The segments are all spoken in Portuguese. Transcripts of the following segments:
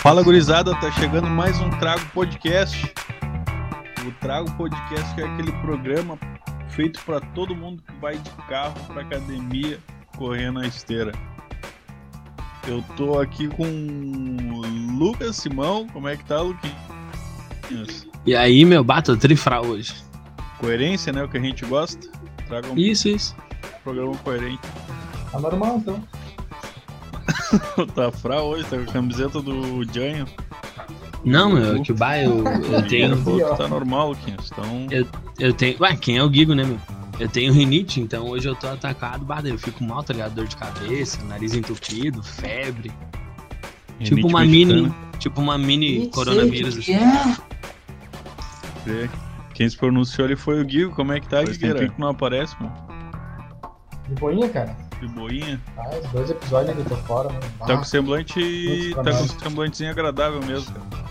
Fala gurizada, tá chegando mais um Trago Podcast. O Trago Podcast é aquele programa feito para todo mundo que vai de carro para academia correr na esteira. Eu tô aqui com o Lucas Simão, como é que tá, Luquinhas? E aí, meu bato trifral hoje. Coerência, né? O que a gente gosta. Traga um Isso, isso. programa coerente. Tá normal, então. tá fra hoje, tá com a camiseta do Janho. Não, meu, que bairro eu, eu tenho. Tá normal, Luquinhas. Então, Eu tenho. Ué, quem é o Guigo, né, meu? Eu tenho rinite, então hoje eu tô atacado, barra, eu fico mal, tá ligado? Dor de cabeça, nariz entupido, febre. tipo rinite uma mexicana. mini. Tipo uma mini coronavírus. assim. É. Quem se pronunciou ali foi o Guigo, como é que tá, Pois Guigueira? tem Por que não aparece, mano? De boinha, cara. De boinha. Ah, os dois episódios eu tô fora, mano. Ah, Tá com semblante. muito Tá com trabalho. semblantezinho agradável mesmo, cara.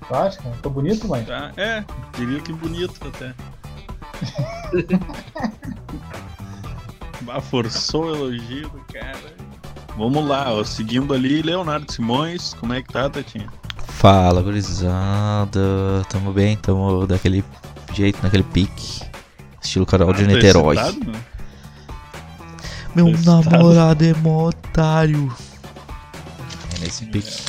fantástico, cara. Tô bonito, mãe. Tá? É, diria que bonito até. Bah, Ah, forçou o elogio do cara. Vamos lá, ó, seguindo ali, Leonardo Simões, como é que tá, Tatinha? Fala, gurizada. Tamo bem, tamo daquele jeito, naquele pique. Estilo Carol de Ah, tá Niterói. excitado, meu? Meu excitado. namorado é mó otário. É nesse pique.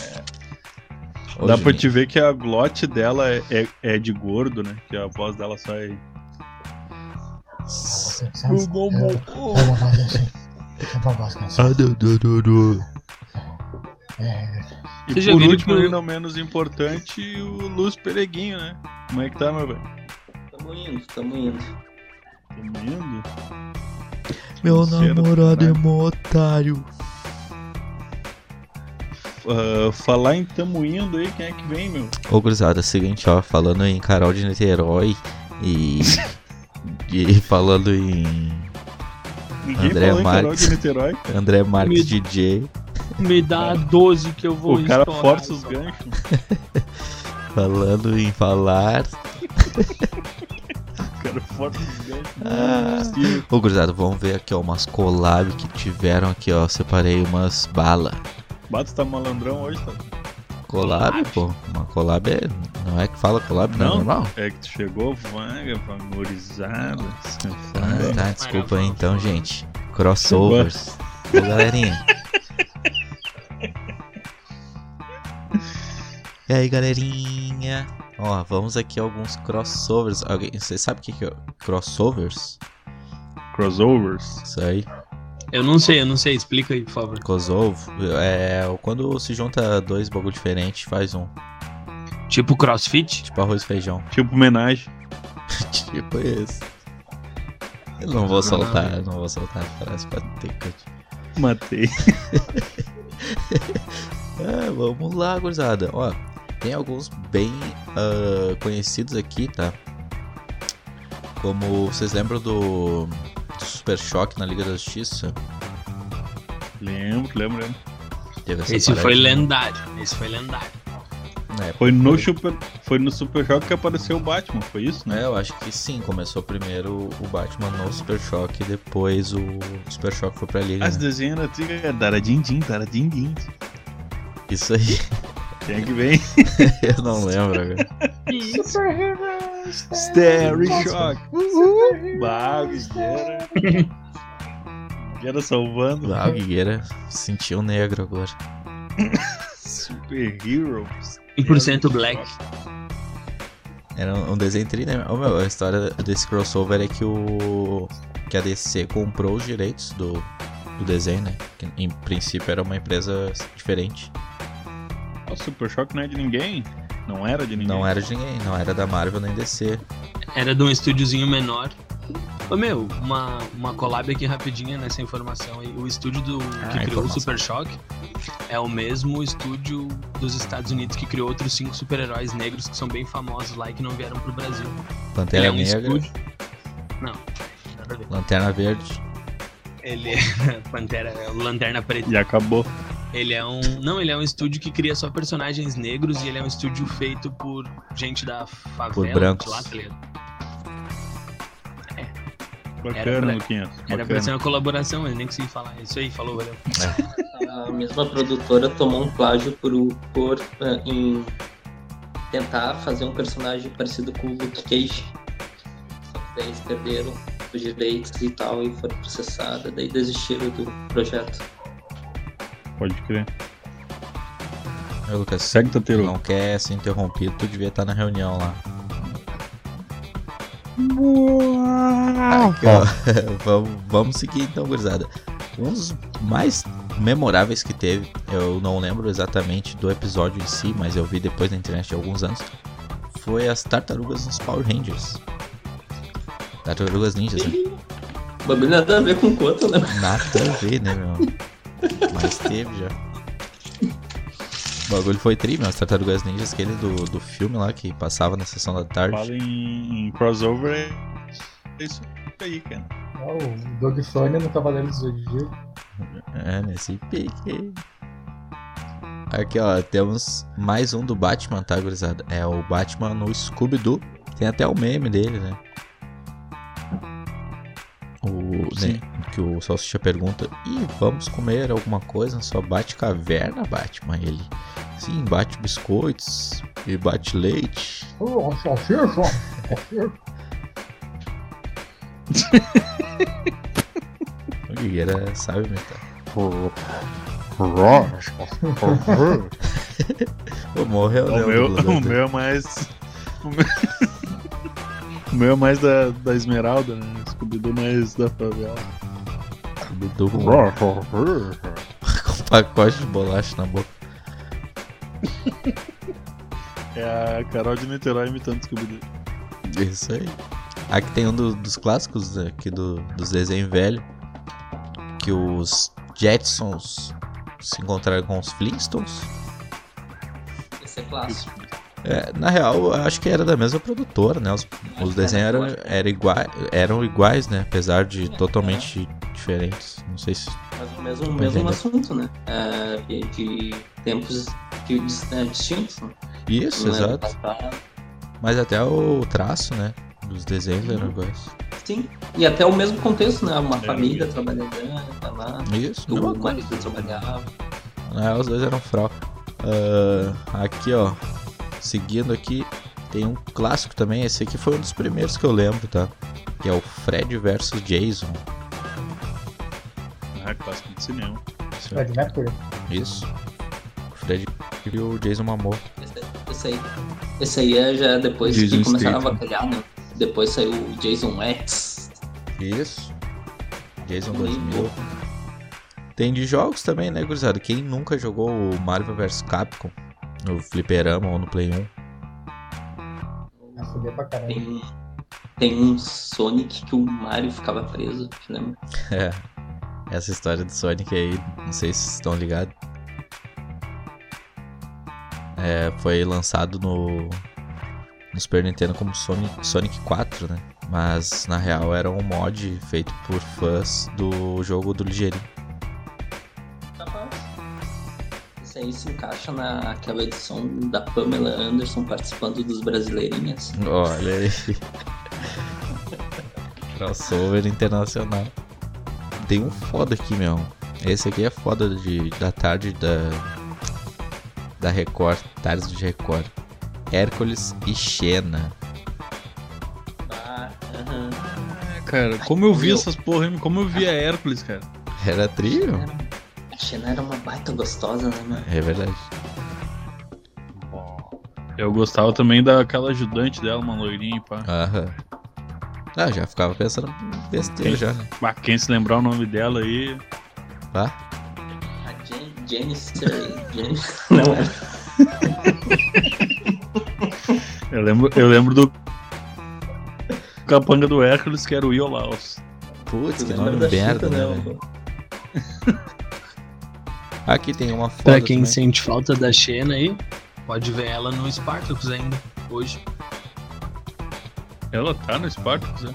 Dá Hoje, pra te ver que a glote dela é, é, é de gordo, né? Que a voz dela é sai. E né? Ah, Você já por viu último, que o- e não é menos importante, o Lúcio Pereguinho, né? Como é que tá, meu velho? Tamo indo, tamo indo. Tô indo. Meu Cena do namorado é caralho. mó otário. Ah, falar em tamo indo aí, quem é que vem, meu? Ô, gurizada, é o seguinte, ó. Falando em Carol de Niterói e. e falando em Ninguém André falou em Carol Marques. de Niterói. André Marques Medo. DJ. Me dá 12 que eu vou o cara estourar, força os então. ganchos. Falando em falar. O cara força os ganchos. Ah. Ô, gurizada, vamos ver aqui, ó, umas collab que tiveram aqui, ó. Separei umas bala. Bato tá malandrão hoje, tá? Collab, pô. Uma collab é... Não é que fala collab, não, Não. é normal? É que tu chegou, vaga, valorizada. Ah, safada. tá, desculpa aí, então, gente. Crossovers. Ô, galerinha. e aí, galerinha? Ó, vamos aqui a alguns crossovers. Alguém, você sabe o que que é crossovers? Crossovers. Isso aí. Eu não sei, eu não sei. Explica aí, por favor. Crossover. É quando se junta dois bagulho diferentes, faz um. Tipo crossfit? Tipo arroz e feijão. Tipo homenagem. Tipo esse. Eu não Ah, vou soltar, é. eu não vou soltar a frase pra ter cut. Matei. Ah, vamos lá, gurizada. Ó, tem alguns bem ah, conhecidos aqui, tá? Como vocês lembram do, do Super Choque na Liga da Justiça? Lembro, lembro, lembro. Teve essa é Esse foi paradinha, lendário. Esse foi lendário. né? Foi no, super, foi no Super Choque que apareceu o Batman, foi isso, né? É, eu acho que sim. Começou primeiro o Batman no Super Choque, depois o Super Choque foi pra Liga. As né? desenhos da Tiga é Daradim-Dim, Daradim-Dim. Isso aí, Quem é que vem? eu não lembro agora. Starry Shock. Bah, Guigueira. Guigueira salvando. Ah, o Guigueira sentiu negro agora. Super Hero. 100% black. Era um um desenho tri, né? Ô, meu, a história desse crossover é que o. Que a DC comprou os direitos do, do desenho, né? Que em princípio era uma empresa diferente. O Super Choque não é de ninguém? Não era de ninguém? Não era de ninguém, não era da Marvel nem DC. Era de um estúdiozinho menor. Ô meu, uma, uma collab aqui rapidinha nessa informação aí. O estúdio do, que criou o Ah, informação. Super Choque é o mesmo estúdio dos Estados Unidos que criou outros cinco super-heróis negros que são bem famosos lá e que não vieram pro Brasil. Lanterna é um Negra, estúdio. Não, nada a ver. Lanterna Verde. Ele é Pantera, é o Lanterna Preta. E acabou. Ele é um. Não, ele é um estúdio que cria só personagens negros e ele é um estúdio feito por gente da favela Por brancos. de lá, tá ligado? Bacana, Era pra- Luquinhas. Era Bacana. um- pra ser uma colaboração, ele nem consegui falar. É Isso aí, falou, valeu. a mesma produtora tomou um plágio por, por eh, em tentar fazer um personagem parecido com o Luke Cage. Só que daí eles perderam os direitos e tal e foram processados, daí desistiram do projeto. Pode crer. Ô, Lucas, se Segue, tu Tateru. não quer ser interrompido, tu devia estar na reunião lá. Aqui, ó. vamos, vamos seguir então, gurizada. Um dos mais memoráveis que teve, eu não lembro exatamente do episódio em si, mas eu vi depois na internet há alguns anos, foi as tartarugas nos Power Rangers. Tartarugas ninjas, né? O bagulho nada a ver com quanto, né? Nada a ver, né, meu? Mas teve já. O bagulho foi tri, meu. As tartarugas ninjas, aquele do, do filme lá que passava na sessão da tarde. Fala em, em crossover, é- é isso aí, cara. Ó, o Doug Sonia no Cavaleiro do Zodíaco. É, nesse pique. Aqui, ó, temos mais um do Batman, tá, gurizada? É o Batman no Scooby-Doo. Tem até o meme dele, né? O, Sim. né, que o Salsicha pergunta, Ih, vamos comer alguma coisa na sua Batcaverna, Batman? Ele, sim, bate biscoitos e bate leite. Ô, oh, salsicha, salsicha. O Guigueira sabe né, tá? imitar. Pô, morreu, né? O meu, dublador o dele? meu é mais. O meu, o meu é mais da, da Esmeralda, né? Scooby-Doo mais da favela. Scooby-Doo com um pacote de bolacha na boca. É a Carol de Niterói imitando Scooby-Doo. Isso aí. Aqui tem um do- dos clássicos aqui do, dos desenhos velho que os Jetsons se encontraram com os Flintstones. Esse é clássico. É, na real, eu acho que era da mesma produtora, né? Os, os desenhos eram, era igua- eram iguais, né? Apesar de totalmente diferentes. Não sei se. Mas o mesmo, o Pois mesmo é, né? assunto, né? Ah, de, de tempos de, de, distintos. né? Isso, Não era exato. passado. Mas até o traço, né? Dos desenhos eram iguais. Sim. E até o mesmo contexto, né? Uma Era família mesmo. trabalhando, tá lá. Isso, mesma O É. coisa. marido trabalhava. Na real, né? os dois eram frau. Ah, aqui, ó. Seguindo aqui, tem um clássico também. Esse aqui foi um dos primeiros que eu lembro, tá? Que é o Fred versus Jason. Ah, clássico de cinema. Isso. Fred Mercury. Isso. O Fred e o Jason Mamor. Esse, esse aí, esse aí é já depois Jason que começaram Statham. a avacalhar, né? Depois saiu o Jason X. Isso. Jason Nem 2000. pouco. Tem de jogos também, né, gurizada? Quem nunca jogou o Marvel vs Capcom no Fliperama ou no Play 1? Ah, fudeu pra caramba. Tem, tem um Sonic que o Mario ficava preso, te lembra? É. Essa história do Sonic aí, não sei se vocês estão ligados. É, foi lançado no, no Super Nintendo como Sonic, Sonic 4, né? Mas na real era um mod feito por fãs do jogo do Ligeirinho. Capaz. Esse aí se encaixa naquela edição da Pamela Anderson participando dos Brasileirinhas. Olha aí. Crossover internacional. Tem um foda aqui, meu. Esse aqui é foda de, da tarde da. Da Record. Tardes de Record. Hércules e Xena. Ah, aham. É, Cara, como eu vi Meu. essas porra, hein? como eu vi a Hércules, cara. Era trio? Era um- A Xena era uma baita gostosa, né, mano? É verdade. Eu gostava também daquela ajudante dela, uma loirinha, pá. Aham. Ah, já ficava pensando em besteira já, né? Mas quem se lembrar o nome dela aí. Tá? A Jen, Janister. Jen... Não era. Eu lembro, eu lembro do. Capanga do Hércules, que era o Iolaus. Putz, Tu que lembra nome da merda, Xuxa, né? né, velho? mano? Aqui tem uma foto. Pra quem também. sente falta da Xena aí, pode ver ela no Spartacus ainda, hoje. Ela tá no Spartacus, né?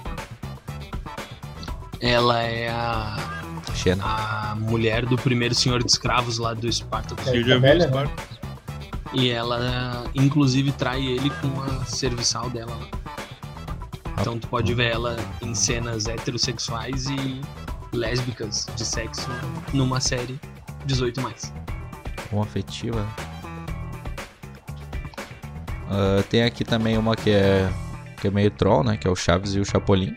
Ela é a, Xena. a mulher do primeiro senhor de escravos lá do Spartacus. É, eu tá já vi velha, o né? Spartacus. E ela, inclusive, trai ele com a serviçal dela lá. Então tu pode ver ela em cenas heterossexuais e lésbicas de sexo numa série 18 mais. Uma afetiva. Ah, tem aqui também uma que é. Que é meio troll, né? Que é o Chaves e o Chapolin.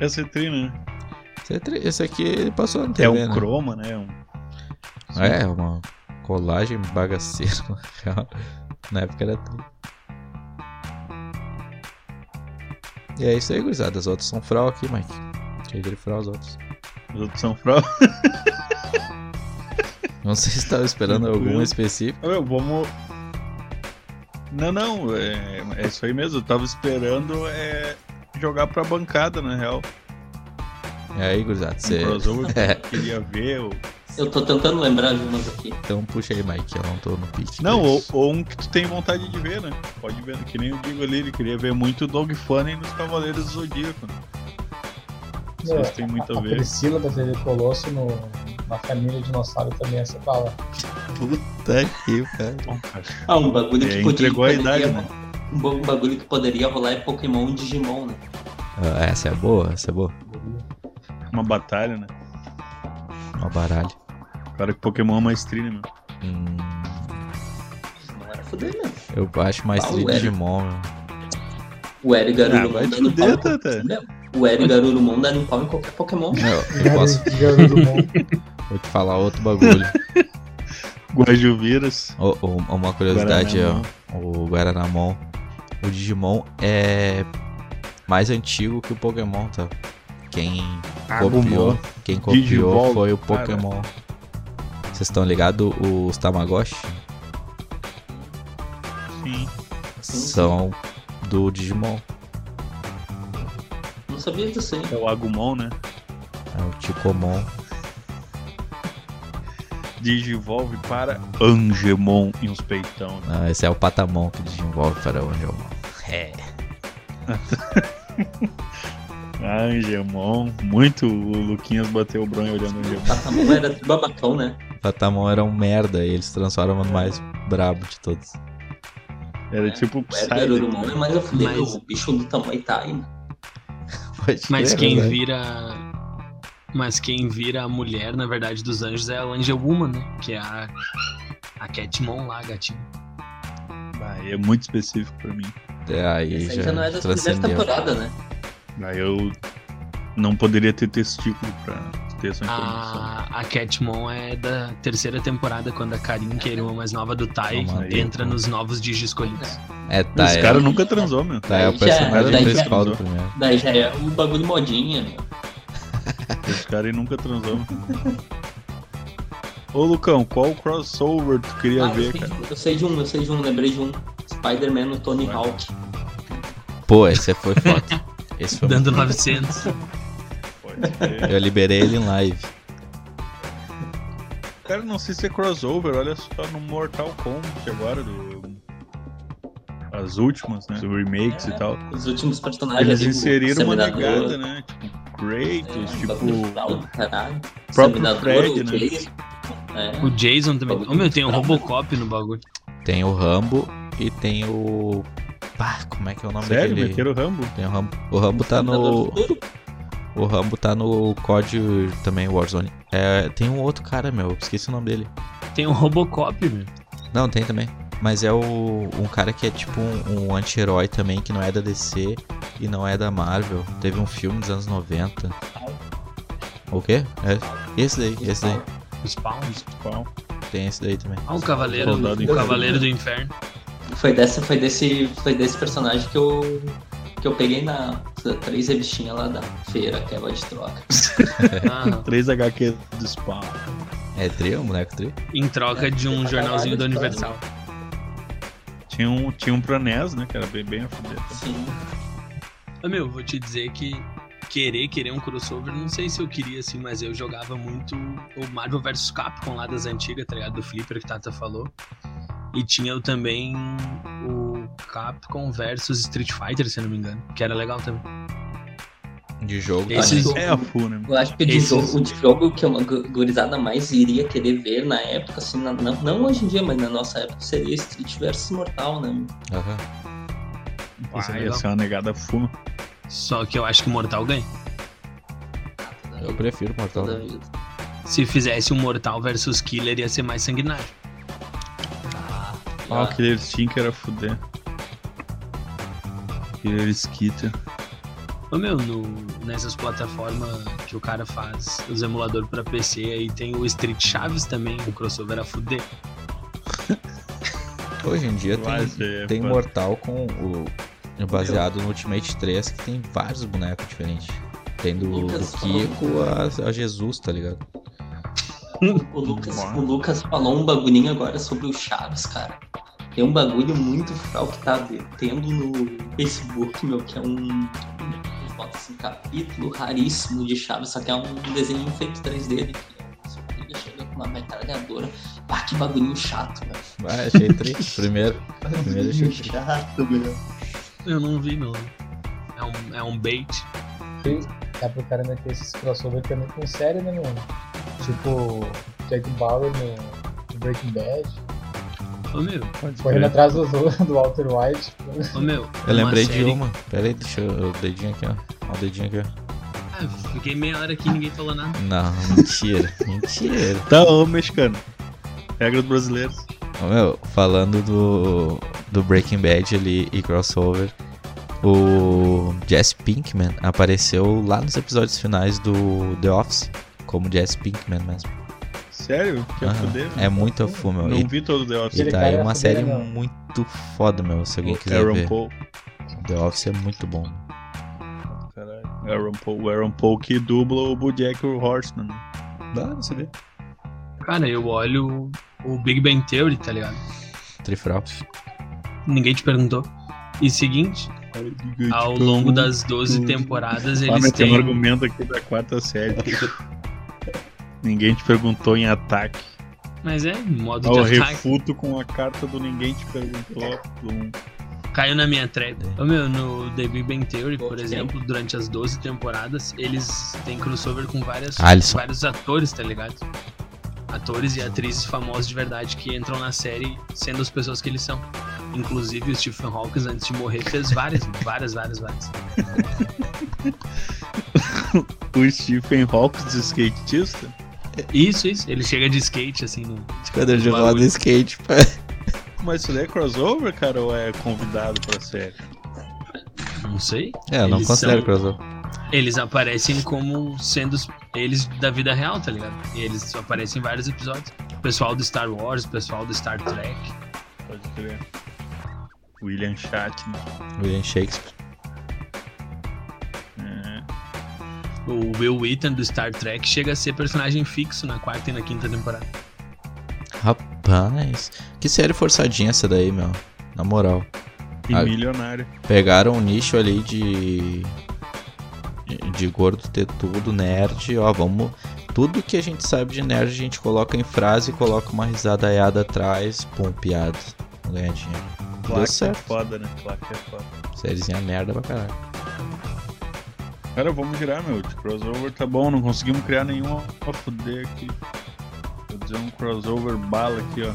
Essa é tri, né? Esse, é tri- esse aqui ele passou na TV, É né? um né? croma, né? Um- É, uma colagem bagaceira, na real. Na época era tri. E é isso aí, gurizada. As outras são frau aqui, Mike. Tinha que frau as outras. Os outros são fraudes. Não sei se tava esperando Tranquilo. alguma específica. Meu, vamos. Não, não, é, é isso aí mesmo. Eu tava esperando é, jogar pra bancada, na real. E aí, gurizada, Um você. crossover que É. eu queria ver. Ou... Eu tô tentando lembrar de umas aqui. Então puxa aí, Mike. Eu não tô no pitch. Não, ou, ou um que tu tem vontade de ver, né? Pode ver, que nem eu digo ali, ele queria ver muito Dog Funny nos Cavaleiros do Zodíaco. Né? Meu, Vocês têm muito a A ver. Priscila da TV Colosso no, na família dinossauro também essa bala. tá Puta que pariu. Ah, um bagulho É, que podia. entregou a idade, poderia- né? Um bo- bagulho que poderia rolar é Pokémon e Digimon, né? Ah, essa é boa, essa é boa. Uma batalha, né? Uma baralho. Claro que Pokémon é uma stream, né? Hum, Não era foder mesmo. eu acho mais Ah, tri ué. Digimon, meu. O Eric Ah, Garurumon vai te dando fuder, pau. em qualquer- Tata. Não, O Eric Garurumon dando pau em qualquer Pokémon. Não, eu posso Garoto do mundo. vou te falar outro bagulho. Guajuvírus. Ô, ô, uma curiosidade, ó. Guaranamon. o Guaranamon. O Digimon é mais antigo que o Pokémon, tá? Quem copiou, Agumon. quem copiou Digivolve, foi o Ah, cara. Pokémon. Vocês estão ligados? Os Tamagotchi Sim. são do Digimon. Não sabia disso, hein? É o Agumon, né? É o Ticomon. Digivolve para Angemon e uns peitão. né? Não, esse é o Patamon que desenvolve para o Angelmon. É. Angemon. Muito o Luquinhas bateu o bronho olhando o Angemon. Patamon era tudo babacão, né? O Patamon era um merda e eles se transformam no mais brabo de todos. Era tipo O Eric Garurumon é Psyduck. mais a fuder. Mas- O bicho luta Muay Thai, né? Pode Mas É crer, quem né? vira. Mas quem vira a mulher, na verdade, dos anjos é a Angel Woman, né? Que é a. A Catmon lá, gatinho. Ah, é muito específico pra mim. É, aí Essa já, aí já não é da primeira transcendeu. temporada, né? Aí eu não poderia ter testículo pra ter Ah. essa informação. A, a Catmon é da terceira temporada, quando a Karin, que é a irmã mais nova do Tai, Vamos aí, entra nos novos Digi escolhidos. É, tá, Esse é. cara nunca transou, meu. Tá, é o Aí já- personagem daí já- principal do primeiro. Daí já é o bagulho modinha, né? Esse cara aí nunca transou, meu. Ô Lucão, qual crossover tu queria Ah, eu, ver, sei cara? de, eu sei de um, eu sei de um, lembrei de um. Spider-Man no Tony Vai. Hawk. Pô, esse foi foda. Esse É. foi Dando 900. Pode ser. Eu liberei ele em live. Cara, não sei se é crossover, olha só no Mortal Kombat agora, do... as últimas, né? Os remakes e tal. Os últimos personagens. Eles ali, o inseriram uma Exterminador, negada, né? Tipo, Kratos, É, bagulho tipo. fraude, caralho. próprio Exterminador, Fred, né? o Tá Jason. É. O Jason também. Ô meu, tem o Robocop no bagulho. Tem o Rambo e tem o. Pá, como é que é o nome Sério, daquele? meteram o Rambo? Tem o Rambo. O Rambo tá Exterminador no. do Futuro. O Rambo tá no código também, Warzone. É, tem um outro cara, meu. Esqueci o nome dele. Tem o Robocop, meu. Não, tem também. Mas é o, um cara que é tipo um, um anti-herói também, que não é da DC e não é da Marvel. Teve um filme dos anos 90. O quê? É, esse daí, esse daí. O Spawn. Pau. Tem esse daí também. Ah, o Cavaleiro. Soldado O Cavaleiro do Inferno. Foi, dessa, foi, desse, foi desse personagem que eu, que eu peguei na três revistinhas lá da feira, aquela de troca. É. Ah, 3 HQ do Spawn. É trio, moleque trio? em troca de um jornalzinho da Universal. Tinha um, tinha um pra NES, né, cara? Bem, bem a fuder. Sim. Ô, Ah, meu, vou te dizer que querer, querer um crossover, não sei se eu queria, assim, mas eu jogava muito o Marvel vs Capcom lá das antigas, tá ligado? Do Flipper que Tata falou. E tinha eu também o Capcom versus Street Fighter, se eu não me engano, que era legal também. De jogo. Esses- também. É a FU, né? Eu acho que o de, Esses- jogo, o de jogo que uma gu- gurizada mais iria querer ver na época, assim, na- não, não hoje em dia, mas na nossa época, seria Street vs Mortal, né? Aham. Isso é Ah, ia legal. ser uma negada FU. né? Só que eu acho que o Mortal ganha. Eu prefiro Mortal. Toda vida. Se fizesse um Mortal versus Killer, ia ser mais sanguinário. Ah, o Killer Stinker era fuder. Killer Skitter. Ô meu, no, nessas plataformas que o cara faz os emuladores pra PC, aí tem o Street Chaves também, o crossover é a fuder. Hoje em dia Vai tem, ser, tem pô. Mortal com o. baseado no Ultimate 3, que tem vários bonecos diferentes. Tem do, do Lucas Kiko a, a Jesus, tá ligado? O Lucas, Bora. o Lucas falou um bagulhinho agora sobre o Chaves, cara. Tem um bagulho muito fral que tá tendo no Facebook, meu, que é um, um, bota assim, capítulo raríssimo de Chaves, só que é um desenho feito 3D dele. que é um sujeito que Chega com uma metralhadora. Ah, que bagulhinho chato, meu. Vai, Ah, achei triste. Primeiro. Primeiro Bagulhinho chato, meu. Eu não vi, meu. É um, é um bait. Dá pro cara meter esses crossover também com série, né, mano? Tipo, Jack Bauer no no Breaking Bad, Ô meu, Pode correndo crer. atrás do, do Walter White. ô meu. Eu uma lembrei série- de um. uma. Pera aí, deixa eu. O dedinho aqui, ó. Ó, o dedinho aqui, ó. Ah, eu fiquei meia hora aqui e ninguém falou nada. Não, mentira. mentira. Tá, ô mexicano. Regra dos brasileiros. Ô, meu, falando do, do Breaking Bad ali e crossover, o Jesse Pinkman apareceu lá nos episódios finais do The Office, como Jesse Pinkman mesmo. Sério? Que é Aham. fuder? É muito fofo, meu. Não E, vi todo o The Office. e Ele tá aí cara é uma fuder, série não. muito foda, meu, se alguém quiser Aaron ver. Paul. The Office é muito bom. Caralho. É Aaron Paul. O Aaron Paul que dubla o Bojack Horseman. Dá, não sabia. Cara, eu olho o Big Bang Theory, tá ligado? Trifral. Ninguém te perguntou. E seguinte, ao longo das 12 Ah, temporadas, Lá eles metendo têm. um argumento aqui da quarta série. Ninguém te perguntou em ataque. Mas é, Tá modo Eu de ataque. refuto com a carta do Ninguém te perguntou. do- Caiu na minha thread. É. Ô, meu, no The Big Bang Theory, por Ok. exemplo, durante as 12 temporadas, eles têm crossover com várias, Alisson. vários atores, tá ligado? Atores e atrizes famosos de verdade que entram na série sendo as pessoas que eles são. Inclusive o Stephen Hawking, antes de morrer, fez várias, várias, várias, várias. O Stephen Hawking de skatista? Isso, isso. Ele chega de skate, assim, no... Quando jogava eu jogava Bagulho. no skate, pá. Mas isso daí é crossover, cara, ou é convidado pra série? não sei. É, eu não Eles considero são- crossover. Eles aparecem como sendo os- eles da vida real, tá ligado? E eles aparecem em vários episódios. O pessoal do Star Wars, o pessoal do Star Trek. Pode crer. William Shatner. William Shakespeare. É. O Will Wheaton do Star Trek chega a ser personagem fixo na quarta e na quinta temporada. Rapaz, que série forçadinha essa daí, meu. Na moral. E Ah. milionário. Pegaram um nicho ali de. De gordo ter tudo, nerd, ó, vamos. Tudo que a gente sabe de nerd, a gente coloca em frase, coloca uma risadaiada atrás, pum, piada. Vamos ganhar dinheiro. Placa é certo. foda, né? Placa é foda. Sériezinha merda pra caralho. Cara, vamos girar, meu. De crossover tá bom, não conseguimos criar nenhum pra fuder aqui. Vou dizer um crossover bala aqui, ó.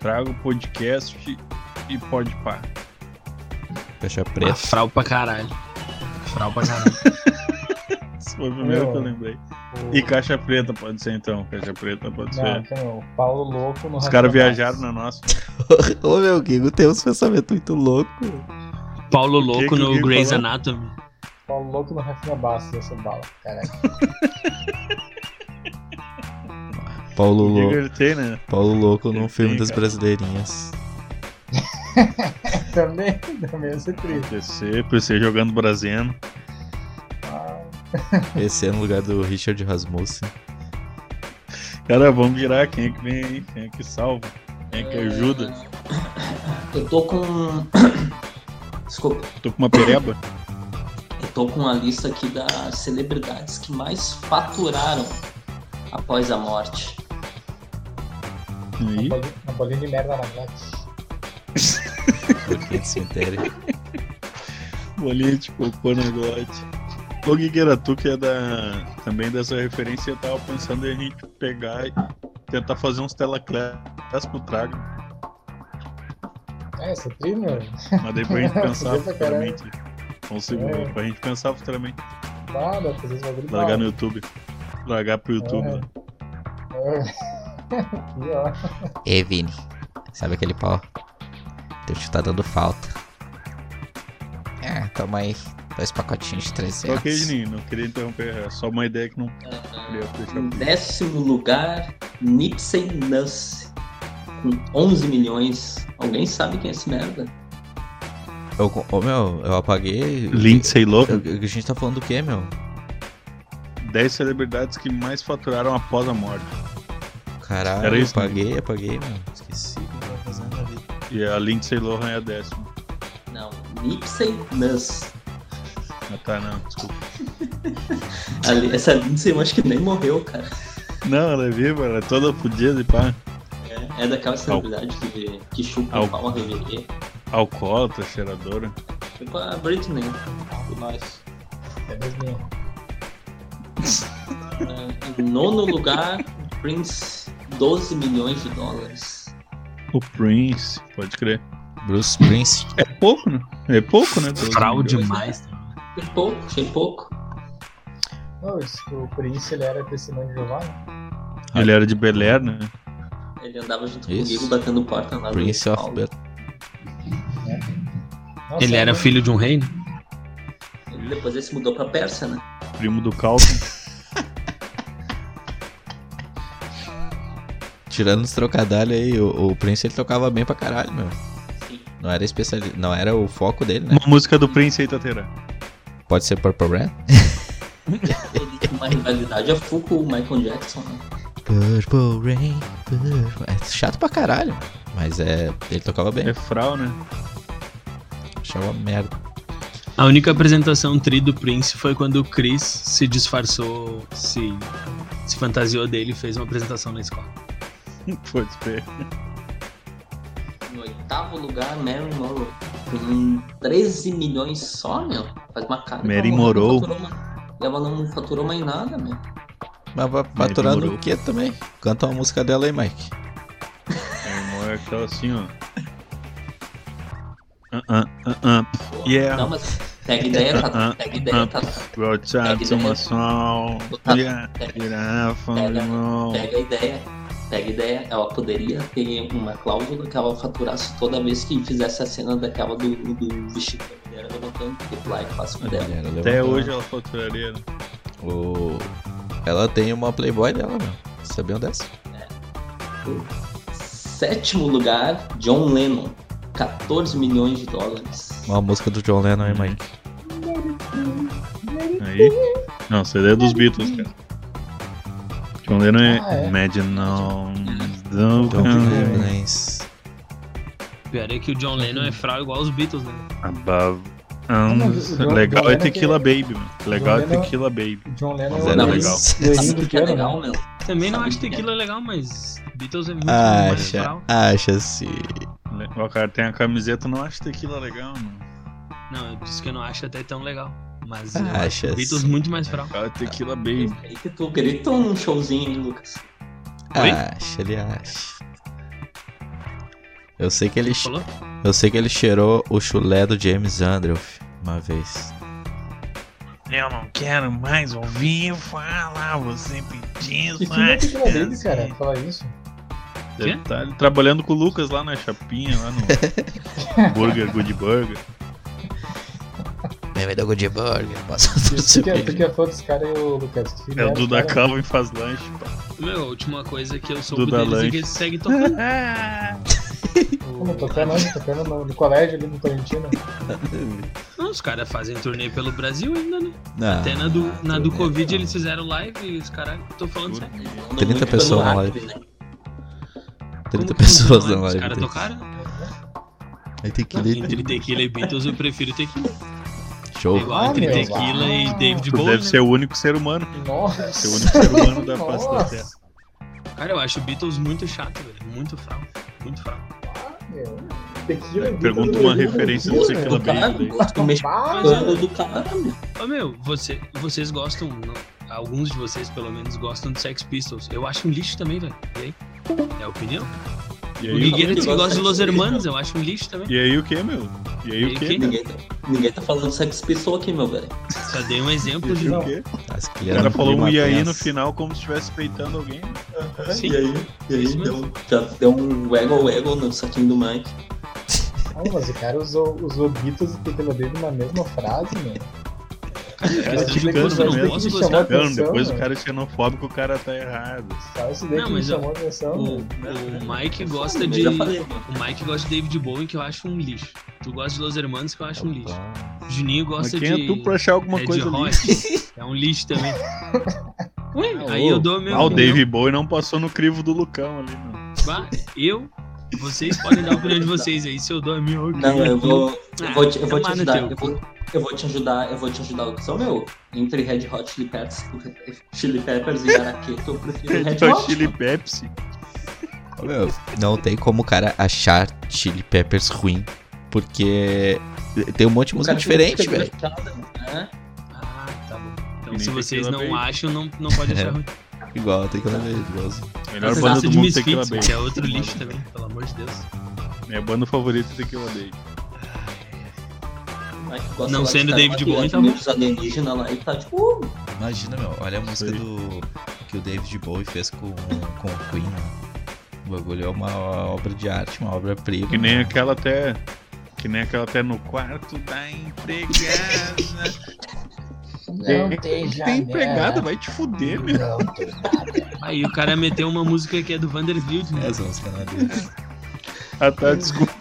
Trago podcast e pode pá. Caixa Ah, preta. frau pra caralho. Frau pra caralho. Esse foi o primeiro Meu. que eu lembrei. O- E caixa preta, pode ser então. Caixa preta pode Não, ser. Tipo, né, que não, o Paulo Louco no Os caras Racionais. viajaram né? na nossa. Ô meu Guigo, tem uns pensamentos muito loucos. Paulo que Louco que no alguém Grey's falou? Anatomy. Paulo Louco no Rafinha Bastos, essa bala, caraca. Paulo Louco. Divertei, né? Paulo Louco num Ele filme tem, das cara. brasileirinhas. também, também esse trio. PC, PC jogando Braseno. Esse é no lugar do Richard Rasmussen. Cara, vamos girar. Quem é que vem aí? Quem é que salva? Quem é que ajuda? Eu tô com. Desculpa. Tô com uma pereba. Eu tô com uma lista aqui das celebridades que mais faturaram após a morte. E aí? Uma bolinha de merda na net. Porquê de cemitério. Bolinha de cocô no glote. Ô Guigueira, tu que é da. também dessa referência, eu tava pensando em a gente pegar e tentar fazer uns telaclass pro trago. É, esse trio, meu. Mas daí pra gente pensar Podia pra caralho. futuramente. Consigo, É. pra gente pensar futuramente. Nada, fazer esse bagulho. Largar bala. no YouTube. Largar pro YouTube. É. né? Aqui, ó. Ei, Vini. Sabe aquele pau? Teu tio tá dando falta. É, toma aí. Dois pacotinhos de 300. Só que, Juninho, não queria interromper, é só uma ideia que não queria deixar. Em décimo lugar, Nipsey Nuss. Com 11 milhões. Alguém sabe quem é esse merda? Eu, ô, meu, eu apaguei. Lindsay Eu- Lohan, eu- a gente tá falando do quê, meu? 10 celebridades que mais faturaram após a morte. Caralho, Era isso, né? eu apaguei, apaguei, meu. Esqueci o que eu tava fazendo na vida. E a Lindsay Lohan é a décima. Não, Nipsey Nuss. Ah, tá, não, desculpa. Ali- Essa Lindsay eu acho que nem morreu, cara. Não, ela é viva, ela é toda fodida e pá. É, é daquela celebridade que, que chupa Al- o pau a revelia. Alcoólatra, cheiradora. Tipo a Britney. Por nós. É mesmo. É, em nono lugar, Prince, 12 milhões de dólares. O Prince, pode crer. Bruce Prince. Tá É pouco, né? É pouco, né? Fraude milhões, né? mais. Achei pouco, achei pouco. Não, esse- o Prince ele era testemunho de Jeová, né? Ele era de Bel Air, né? Ele andava junto Isso. comigo batendo porta lá no Prince São of Paulo. Bel Nossa, Ele era né? filho de um reino? Ele depois ele se mudou pra Pérsia, né? Primo do Calvin. Tirando os trocadalhos aí, o, o Prince ele tocava bem pra caralho, meu. Sim. Não era especial, não era o foco dele, né? Uma música do Prince aí, Tatera. Pode ser Purple Rain? Ele tinha uma rivalidade a full com o Michael Jackson, né? Purple Rain, Purple... É chato pra caralho, mas é... Ele tocava bem, É frau, né? achava é merda. A única apresentação tri do Prince foi quando o Chris se disfarçou, se, se fantasiou dele e fez uma apresentação na escola. Pode crer. Em oitavo lugar, Mary Morrow. Com 13 milhões só, meu. Faz uma cara. que Mary ela não Morrow. faturou mais- Ela não faturou mais nada, meu. Mas va- faturando demorou. o quê também? Canta uma música dela aí, Mike. Meu irmão é aquela assim, ó. Ah, ah, ah, ah. Yeah. Não, mas pega ideia, Ah, ah, Tata. Pega ideia, tá- ah. Tata. Brochado, uma sol. Yeah. Girafa, limão. Pega a ideia. Pega a ideia. Ela poderia ter uma cláusula que ela faturasse toda vez que fizesse a cena daquela do, do vestido da mulher levantando o tipo lá e passa dela. Ela Até levantou- hoje ela faturaria, né? O... Ela tem uma Playboy dela, meu. Sabiam dessa? Sétimo lugar, John Lennon. 14 milhões de dólares. Uma música do John Lennon aí, Mike. Aí. Não, CD é dos Beatles, cara. John Lennon é. Ah, é? Imagine on Don't the Believe, nice. Pior é que o John Lennon é frau igual os Beatles, né? Above. Ah, mas o John- John Legal é Lennon que- Tequila Baby, mano. Legal é John Lennon- Tequila Baby. O John Lennon Mas é era Não, o legal. mas- doirinho do que é piano, legal, né? meu. Também não Sabe acho que é. tequila legal, mas Beatles é muito Ah, mais Acha, frau. acha se. O cara tem a camiseta, não acho Tequila legal, mano. Não, eu disse que eu não acho até tão legal. Mas eu Ah, acho Acha Beatles se. muito mais frau. Legal é Ah, Tequila Baby. Aí que tu gritou num showzinho, hein, Lucas? Oi? Acha, ele acha. Eu sei que ele, Falou? eu sei que ele cheirou o chulé do James Andrews uma vez. Eu não quero mais ouvir falar você pedindo. Que filme é que era dele, cara? Falar isso? Deve tá ali trabalhando com o Lucas lá na Chapinha, lá no Burger Good Burger. É Bem-vindo ao Good Burger, passa tudo Tu seu que é- tu vídeo. que é fã dos caras, ô, Lucas. né? tu É o fizeram, Duda cara. Calvin faz lanche. Meu, a última coisa que eu soube Duda deles Lanche. é que eles seguem tocando. Ah, Como tocando, onde? tocando no, no colégio ali no Tarantino. Não, os caras fazem turnê pelo Brasil ainda, né? Não, Até na do, Ah, na do tudo bem. é Covid eles fizeram live e os caras, tô falando sério. Andam 30 muito pessoas pelo na Acre, né? 30 Como que pessoas funciona? na Os caras live. tocaram? Aí tem É que Não, ler. Entre tequila e Beatles eu prefiro tequila. É Show. Igual Ah, entre meu, tequila ah. e David Tu Bowie. deve né? ser o único ser humano. Nossa. Ser o único ser humano da face da Terra. Nossa, Cara, eu acho Beatles muito chato, velho. Muito frau. Muito frau. meu. Tequila é vida Pergunta do uma Duda, referência Duda, do né? Tequila Do cara, Baby. gosto Ah, mexicano do cara, meu. Ô meu, você, vocês gostam, não, alguns de vocês pelo menos gostam do Sex Pistols. Eu acho um lixo também, velho. E aí? É a opinião? E O aí, Ninguém- Nigueira disse que gosta gosta de de Los Disney, Hermanos, eu acho um lixo também. e aí o que, meu? E aí o que, meu? Ninguém, tá- ninguém tá falando Sex Pistol aqui, meu velho. Só dei um exemplo E de. aí o Não. quê? As O cara falou um e aí no final como se estivesse peitando alguém. Sim. É, E aí, e aí Isso mesmo. deu, já deu um waggle waggle no saquinho do Mike. Ah, mas o cara usou, usou Beatles e Tecno Baby na mesma frase, mano. Cara, questão tipo de xingando gosto, eu não mesmo. posso Isso gostar. é uma- Xingando, Depois Atenção, o cara é xenofóbico, o cara tá errado. Só isso daí Não, que me mas, ó, chamou a atenção, O, mano. o Mike gosta Eu de. já falei, né? O mano. Mike gosta de David Bowie, que eu acho um lixo. Tu gosta de Los Hermanos, que eu acho um lixo. Juninho Mas gosta quem de. é tu pra achar alguma Red coisa ali? Hot. É um lixo também. Ué, Ah, aí ô. eu dou a minha Ah, o opinião. Dave Bowie não passou no crivo do Lucão ali, não. Bah, eu, vocês podem dar a opinião de vocês aí, se eu dou a minha opinião. Não, eu vou, Ah, eu vou te, Uhum. eu vou te tomar no ajudar. teu Eu vou, eu vou te ajudar, eu vou te ajudar. Opção meu, entre Red Hot Chili Peppers, Chili Peppers e Araqueto, eu prefiro Red Só Hot. Chili Pepsi. Meu, não tem como o cara achar Chili Peppers ruim, porque tem um monte de O música cara diferente, fica velho. gostado, né? Ah, tá bom. Então, Nem se vocês Tequila não Baby. acham, não, não pode achar ruim. Igual, tem que ver, igualzinho. Melhor banda Mas gosta do de mundo Tequila Misfits, Baby. que é outro lixo também, pelo amor de Deus. Minha banda favorita é Tequila Baby. O Mike gosta Não lá sendo de David Bowie, tá Os alienígenas lá e tá tipo, uh, Imagina, meu, olha a música Sei. do que o David Bowie fez com, com o Queen. né? O bagulho é uma obra de arte, uma obra-prima. É Que nem aquela até. Que nem aquela até no quarto da empregada. Não tem janela. Tem empregada, vai te fuder, meu. Não tem nada. Aí o cara meteu uma música que é do Vanderbilt, né? Essa música não é dele. Ah, tá, desculpa.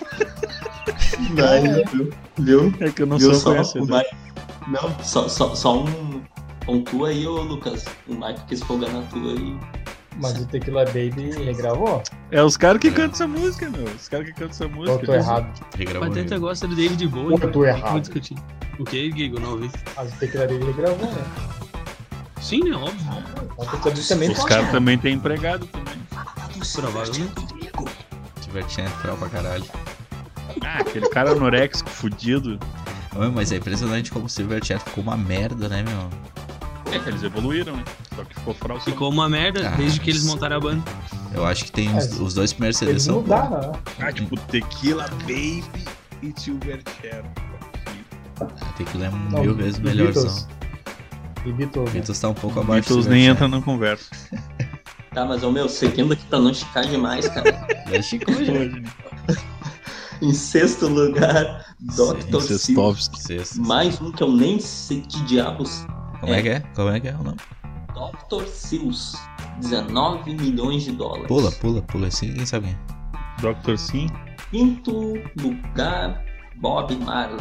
vai, viu? viu? É que eu não Viu sou só o conhecedor. Mike? né? Não, só, só, só um pontua aí, ô Lucas. O Mike quis folgar na tua aí. Mas o Tequila Baby regravou? É os caras que cantam essa música, meu. Os caras que cantam essa Ou música. eu tô errado? O É Regravou Pateta mesmo. gosta do David Bowie. Eu tô cara. errado. Vou discutir. O que, Gigo? Não ouvi. Mas o Tequila Baby regravou, né? Sim, né? Óbvio. Mas o Tequila Baby também Os caras também têm empregado também. Provavelmente. Divertindo entrar pra caralho. Ah, aquele cara anoréxico fudido. Ô, meu, mas é impressionante como o Silverchair ficou uma merda, né, meu? É, eles evoluíram, né? Só que ficou fraude. Ficou uma merda Ah, desde que eles isso. montaram a banda. Eu acho que tem os, Mas os dois primeiros CDs É, Eles são bons. mudaram, né? Ah, tipo, Tequila Baby e Silverchair. Ah, Tem que ler Não, mil vezes e melhor. Beatles. São. E Beatles. né? Beatles tá um pouco abaixo Beatles do nem Silverchair. entra na conversa. Tá, mas ô meu, seguindo aqui pra não esticar demais, cara. Já chegou, já. Em sexto lugar, Dr. Sil. Incestóvis. Sexto. Mais um que eu nem sei que diabos. Como é que é? Como é que é o nome? Dr. Seuss. 19 milhões de dólares. Pula, pula, pula. Esse ninguém sabe quem é. Dr. Sim. Quinto lugar, Bob Marley.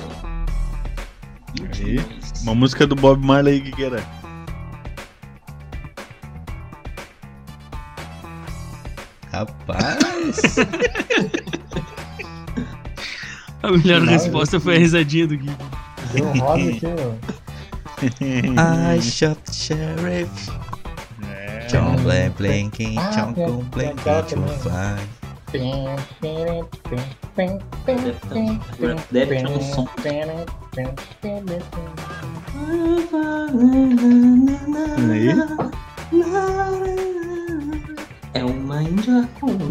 20 Aí, milhões. Uma música do Bob Marley que era. Rapaz! A melhor Não, resposta foi a risadinha do Gui. Deu um rosa aqui, meu. Ah. I shot the sheriff. É. John Blank, Blanking, Ah, John tem- com tem Blanking, aquela John também. Fly. Deve ter um som. Aí. É uma índia com um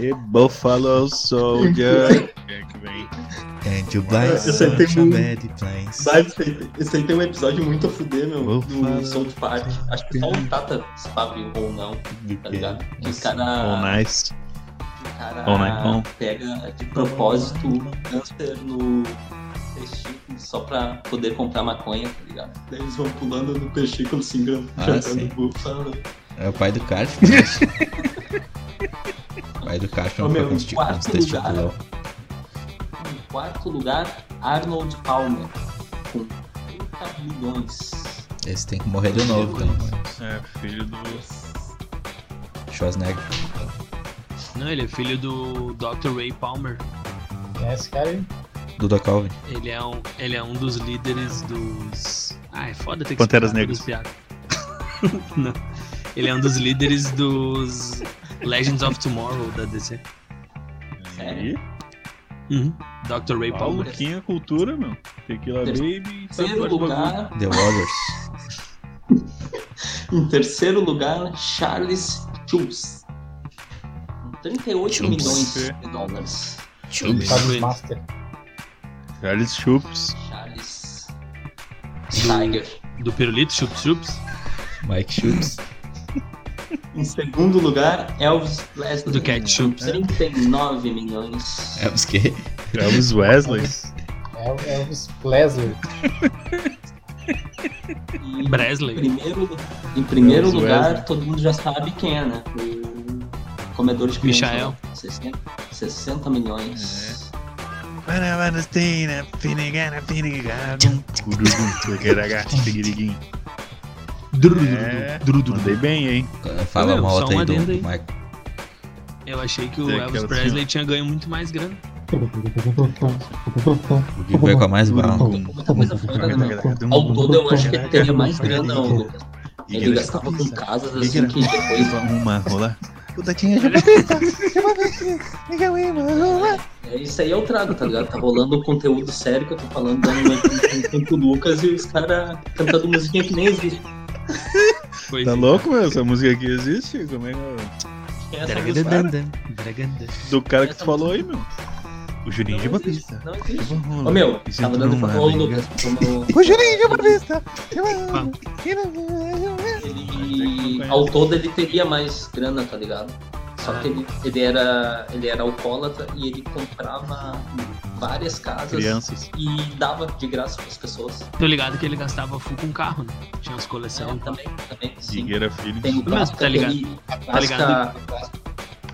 E Buffalo Soldier. Quem é que vem? Ah. And you blind Eu sei, tem such a um- bad place. Sabe, esse aí- esse aí tem um episódio muito a fuder, meu, Vou falar. do South Park. Acho que só o Tata sabe ou não, é tá ligado? Que o Oh, cara, nice. o cara Oh, nice. Bom. pega de propósito câncer no testículo só pra poder comprar maconha, tá ligado? Daí eles vão pulando no testículo, assim, se enganando, Ah, sim. cantando búfalo. É o pai do Cartman. né? O pai do é um Cartman Ô, foi meu, com em os tic- quarto com os testiculão. Em quarto lugar, Arnold Palmer, com 30 milhões. Esse tem que morrer de novo, pelo menos. É, filho do. Schwarzenegger. Não, ele é filho do Dr. Ray Palmer. É esse cara aí. Duda Calvin. Ele é um, ele é um dos líderes dos. Ah, é foda ter que Panteras explicar Negras. todas as piadas. Não. Ele é um dos líderes dos Legends of Tomorrow da DC. Aí, Sério? Uhum. Dr. Ray Paulo Palmer. Quinha Cultura, meu. Tequila Terceiro Baby. sabe Terceiro vários bagulho. lugar, The Warriors. Em terceiro lugar, Charles Jules. com 38 Jules. milhões de dólares. Chups. Fábio Master. Charles Chups. Charles Tiger. Do pirulito, chups, chups. Mike Schultz. Em segundo lugar, Elvis Presley. Do ketchup. né? com 39 milhões. É os quê? Charles Wesley. El- Elvis Presley. É, E em Bresley. primeiro, em primeiro Elvis lugar, Presley. todo mundo já sabe quem é, né? O comedor de criança, Michael. né? 60, 60 milhões. É, mandei bem, hein? Fala Meu, mal só até uma aí do adenda aí. Mike. Eu achei que o Tem Elvis aquela Presley tinha ganho muito mais grana. O que foi com a mais bala? Coisa fora, né? Ao todo, eu acho que ele teria mais grana, ô, Lucas. Ele gastava com casas assim que depois Uma rola. Puta tinha É, isso aí eu trago, tá ligado? Tá rolando um conteúdo sério que eu tô falando, dando uma com- com o Lucas e os caras cantando musiquinha que nem existe. Foi Tá louco, meu? Essa música aqui existe? Como é que é? Que é essa música? Dragandã, dragandã. Do cara que tu falou aí, meu. O Juninho de Não existe, Batista. não existe. Ô meu, tava dando um pra falar o Lucas. Como... O Juninho de Batista. Ah. Ele, ao todo ele teria mais grana, tá ligado? Só que ele, Ah. ele era, ele era alcoólatra e ele comprava várias casas Crianças. e dava de graça pras pessoas. Tô ligado que ele gastava full com carro, né? Tinha as coleções. Então, também, também, sim. Figueira Filho. Tem um o Mas, clássico, tá ligado? aquele- a clássica, ligado? a clássica-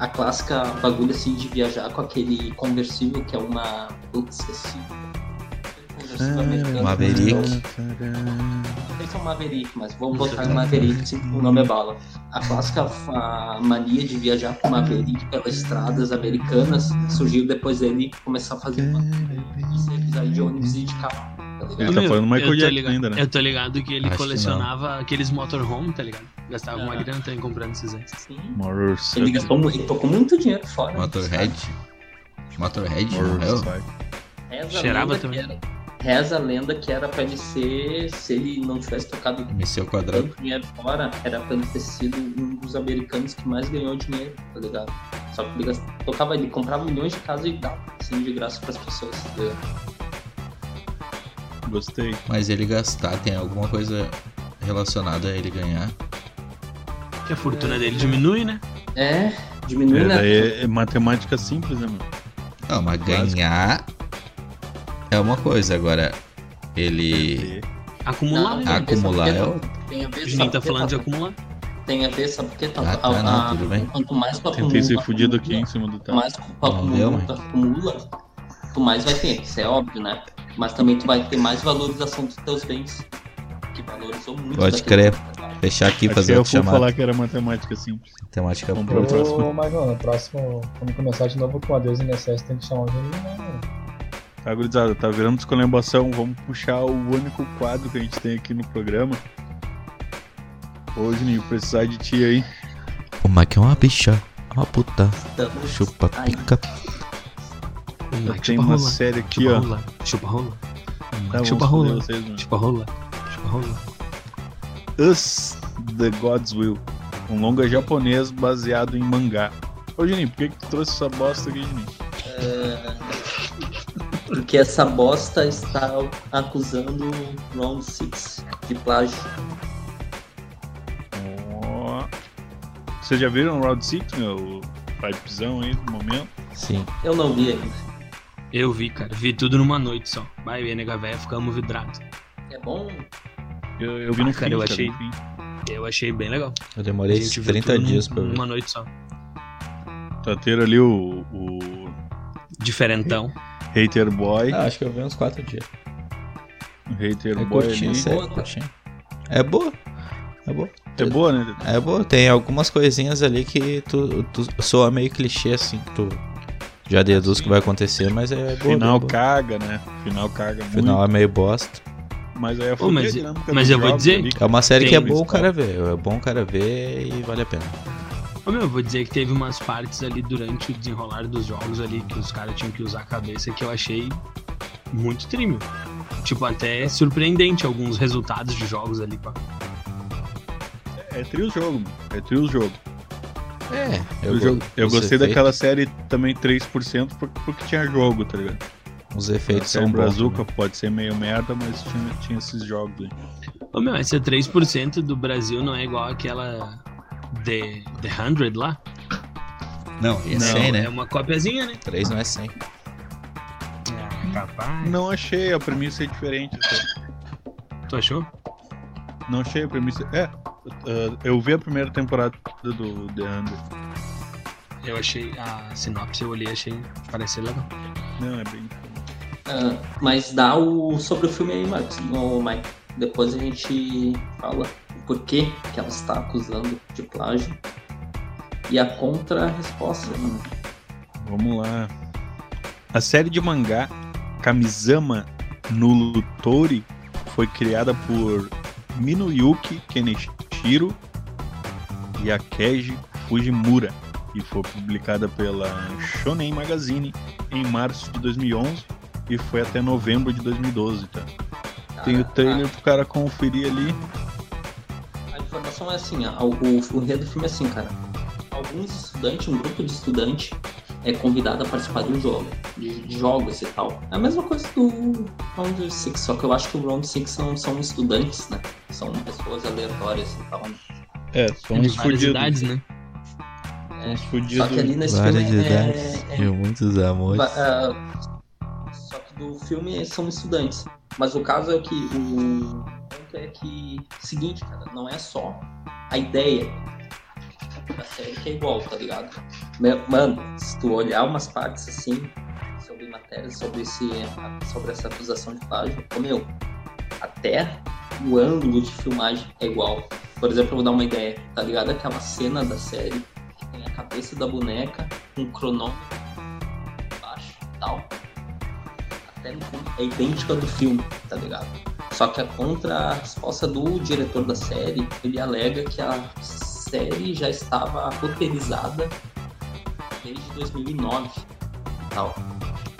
a clássica bagulho assim de viajar com aquele conversível que é uma. Putz, esqueci. Conversível americano. né? Maverick. Não sei se é um Maverick, mas vamos botar em Maverick, sim, o nome é bala. A clássica a mania de viajar com Maverick pelas estradas americanas surgiu depois dele começar a fazer uma. Isso aí de ônibus e de carro. Tá ligado? Ele tá Meu, falando Michael eu tô Jackson ligado- ainda, né? Eu tô ligado que ele Acho que colecionava aqueles motorhome, tá ligado? Gastava uma Ah. grana também comprando esses aí. Sim. assim. Ele Motorcycle. gastou um mu- ele tocou muito dinheiro fora. né? Motorhead. Motorhead? morreu? Motorcycle. Reza a Cheirava lenda também. que era- reza a lenda que era pra ele ser, se ele não tivesse tocado MC ao quadrado. tanto dinheiro fora, era pra ele ter sido um dos americanos que mais ganhou dinheiro, tá ligado? Só que ele gast- tocava, ele comprava milhões de casas e dava, assim, de graça pras pessoas, tá ligado? Gostei. Mas ele gastar tem alguma coisa relacionada a ele ganhar. Que a fortuna dele diminui, né? É, diminui, É, né? daí é- é matemática simples, né, meu? Não, mas Básico. ganhar é uma coisa. Agora, ele Acumular, Não, né? tem a ver, sabe Acumular por quê, é Tata? o- Tem a ver, O sabe Juninho tá por quê, falando de Tata? acumular. Tem a ver, sabe por quê? Tata? Ah, tá, A- não, a- tudo bem. Quanto mais tu acumula... Tentei ser fudido aqui acumula, em cima do Quanto tacho. mais Tá. tu acumula, deu, mãe. tu acumula, tu mais vai ter, isso é óbvio, né? Mas também tu vai ter mais valorização dos teus bens, que valorizou muito. Pode daquele crer. tempo, tá? fechar aqui e Acho fazer que eu outro vou chamado. falar que era matemática simples. Temática Vamos pro- pro próximo. Ô, Mas, mano, o próximo, quando começar de novo com a Deus INSS, tem que chamar o Juninho, né, mano? Tá, gurizada, tá virando descolembação. Vamos puxar o único quadro que a gente tem aqui no programa. Ô, Juninho, precisar de ti aí. O Mike é uma bicha, é uma puta, Então, chupa Ai. pica. O Mike Tem chupa uma rola. série aqui, Chupa ó. rola. Chupa rola. O Mike Tá, vamos foder Chupa rola. vocês, mano. Chupa rola. Chupa rola. Us, The God's Will. Um longa japonês baseado em mangá. Ô, Juninho, por que, que tu trouxe essa bosta aqui, Juninho? Porque essa bosta está acusando o Round 6 de plágio. Ó. Vocês já viram o Round 6, meu? Pipezão aí no momento. Sim. Eu não vi ainda. Eu vi, cara. Vi tudo numa noite só. Vai ver, nega véia, ficamos vidrados. É bom? Eu, eu vi no Ah, fim, cara, eu achei. no fim. Eu achei bem legal. Eu demorei gente uns viu 30 tudo num- dias pra ver. Numa noite só. Tá tendo ali o, o Diferentão. Hater Boy. Ah, acho que eu vi uns 4 dias. o Hater É Boy curtinha, ali. sério, Boa, curtinha. É boa. É boa. É boa, né? É boa. Tem algumas coisinhas ali que tu, tu soa meio clichê assim, que tu já deduz que vai acontecer, mas é boa. Final boa. caga, né? Final caga muito. Final é meio bosta. Mas aí é Ô, mas- dinâmica mas dos eu vou jogos dizer- ali. É uma série Tem que é no boa o Instagram. cara ver. É bom o cara ver e vale a pena. Ô, meu, eu vou dizer que teve umas partes ali durante o desenrolar dos jogos ali que os caras tinham que usar a cabeça que eu achei muito trímio. Tipo, até surpreendente alguns resultados de jogos ali, pá. É É tri o jogo, mano. É tri o jogo. É, Eu, jogo. eu os gostei efeitos- daquela série também 3% por- porque tinha jogo, tá ligado? Os A efeitos é série um são bons. né? Brazuca né? pode ser meio merda, mas tinha, tinha esses jogos aí. Ô meu, essa 3% do Brasil não é igual aquela The, The 100 lá? Não, e é Não, 100, É né? uma copiazinha, né? 3 não é 100. capaz. Não achei a premissa diferente. até. Tu achou? Não achei a premissa. É, uh, eu vi a primeira temporada do The Under. Eu achei a sinopse, eu olhei achei parecer legal. Não, é bem. Ah, mas dá o sobre o filme aí, Marcos, o Mike. Depois a gente fala o porquê que ela está acusando de plágio e a contra-resposta. Né? Vamos lá. A série de mangá Kamizama no Lutori foi criada por Minuyuki Kenichiro e Akeji Fujimura e foi publicada pela Shonen Magazine em março de 2011 e foi até novembro de 2012, tá? Tem o trailer pro cara conferir ali. A, a informação é assim, ó, o, o enredo do filme é assim, cara. Alguns estudantes, um grupo de estudante é convidado a participar de um jogo, de, de jogos e tal. É a mesma coisa do Round Six, só que eu acho que o Round Six não são estudantes, né? São pessoas aleatórias e tal. né? É, são de uns várias idades, fudidos. né? Uns Só que ali fudidos. nesse Várias filme é- idades é- e muitos amores. Va- ah, é, só que do filme são estudantes. Mas o caso é que o ponto é que. Seguinte, cara, não é só a ideia da série que é igual, tá ligado? Me- Mano, se tu olhar umas partes assim, sobre matéria, sobre, esse, sobre essa acusação de plágio, ô, meu, até o ângulo de filmagem é igual. Por exemplo, eu vou dar uma ideia, tá ligado? Aquela cena da série que tem a cabeça da boneca, um cronômetro baixo e tal. Até no filme é idêntica do filme, tá ligado? Só que é a contra-resposta do diretor da série, ele alega que a série já estava roteirizada desde 2009 e tal.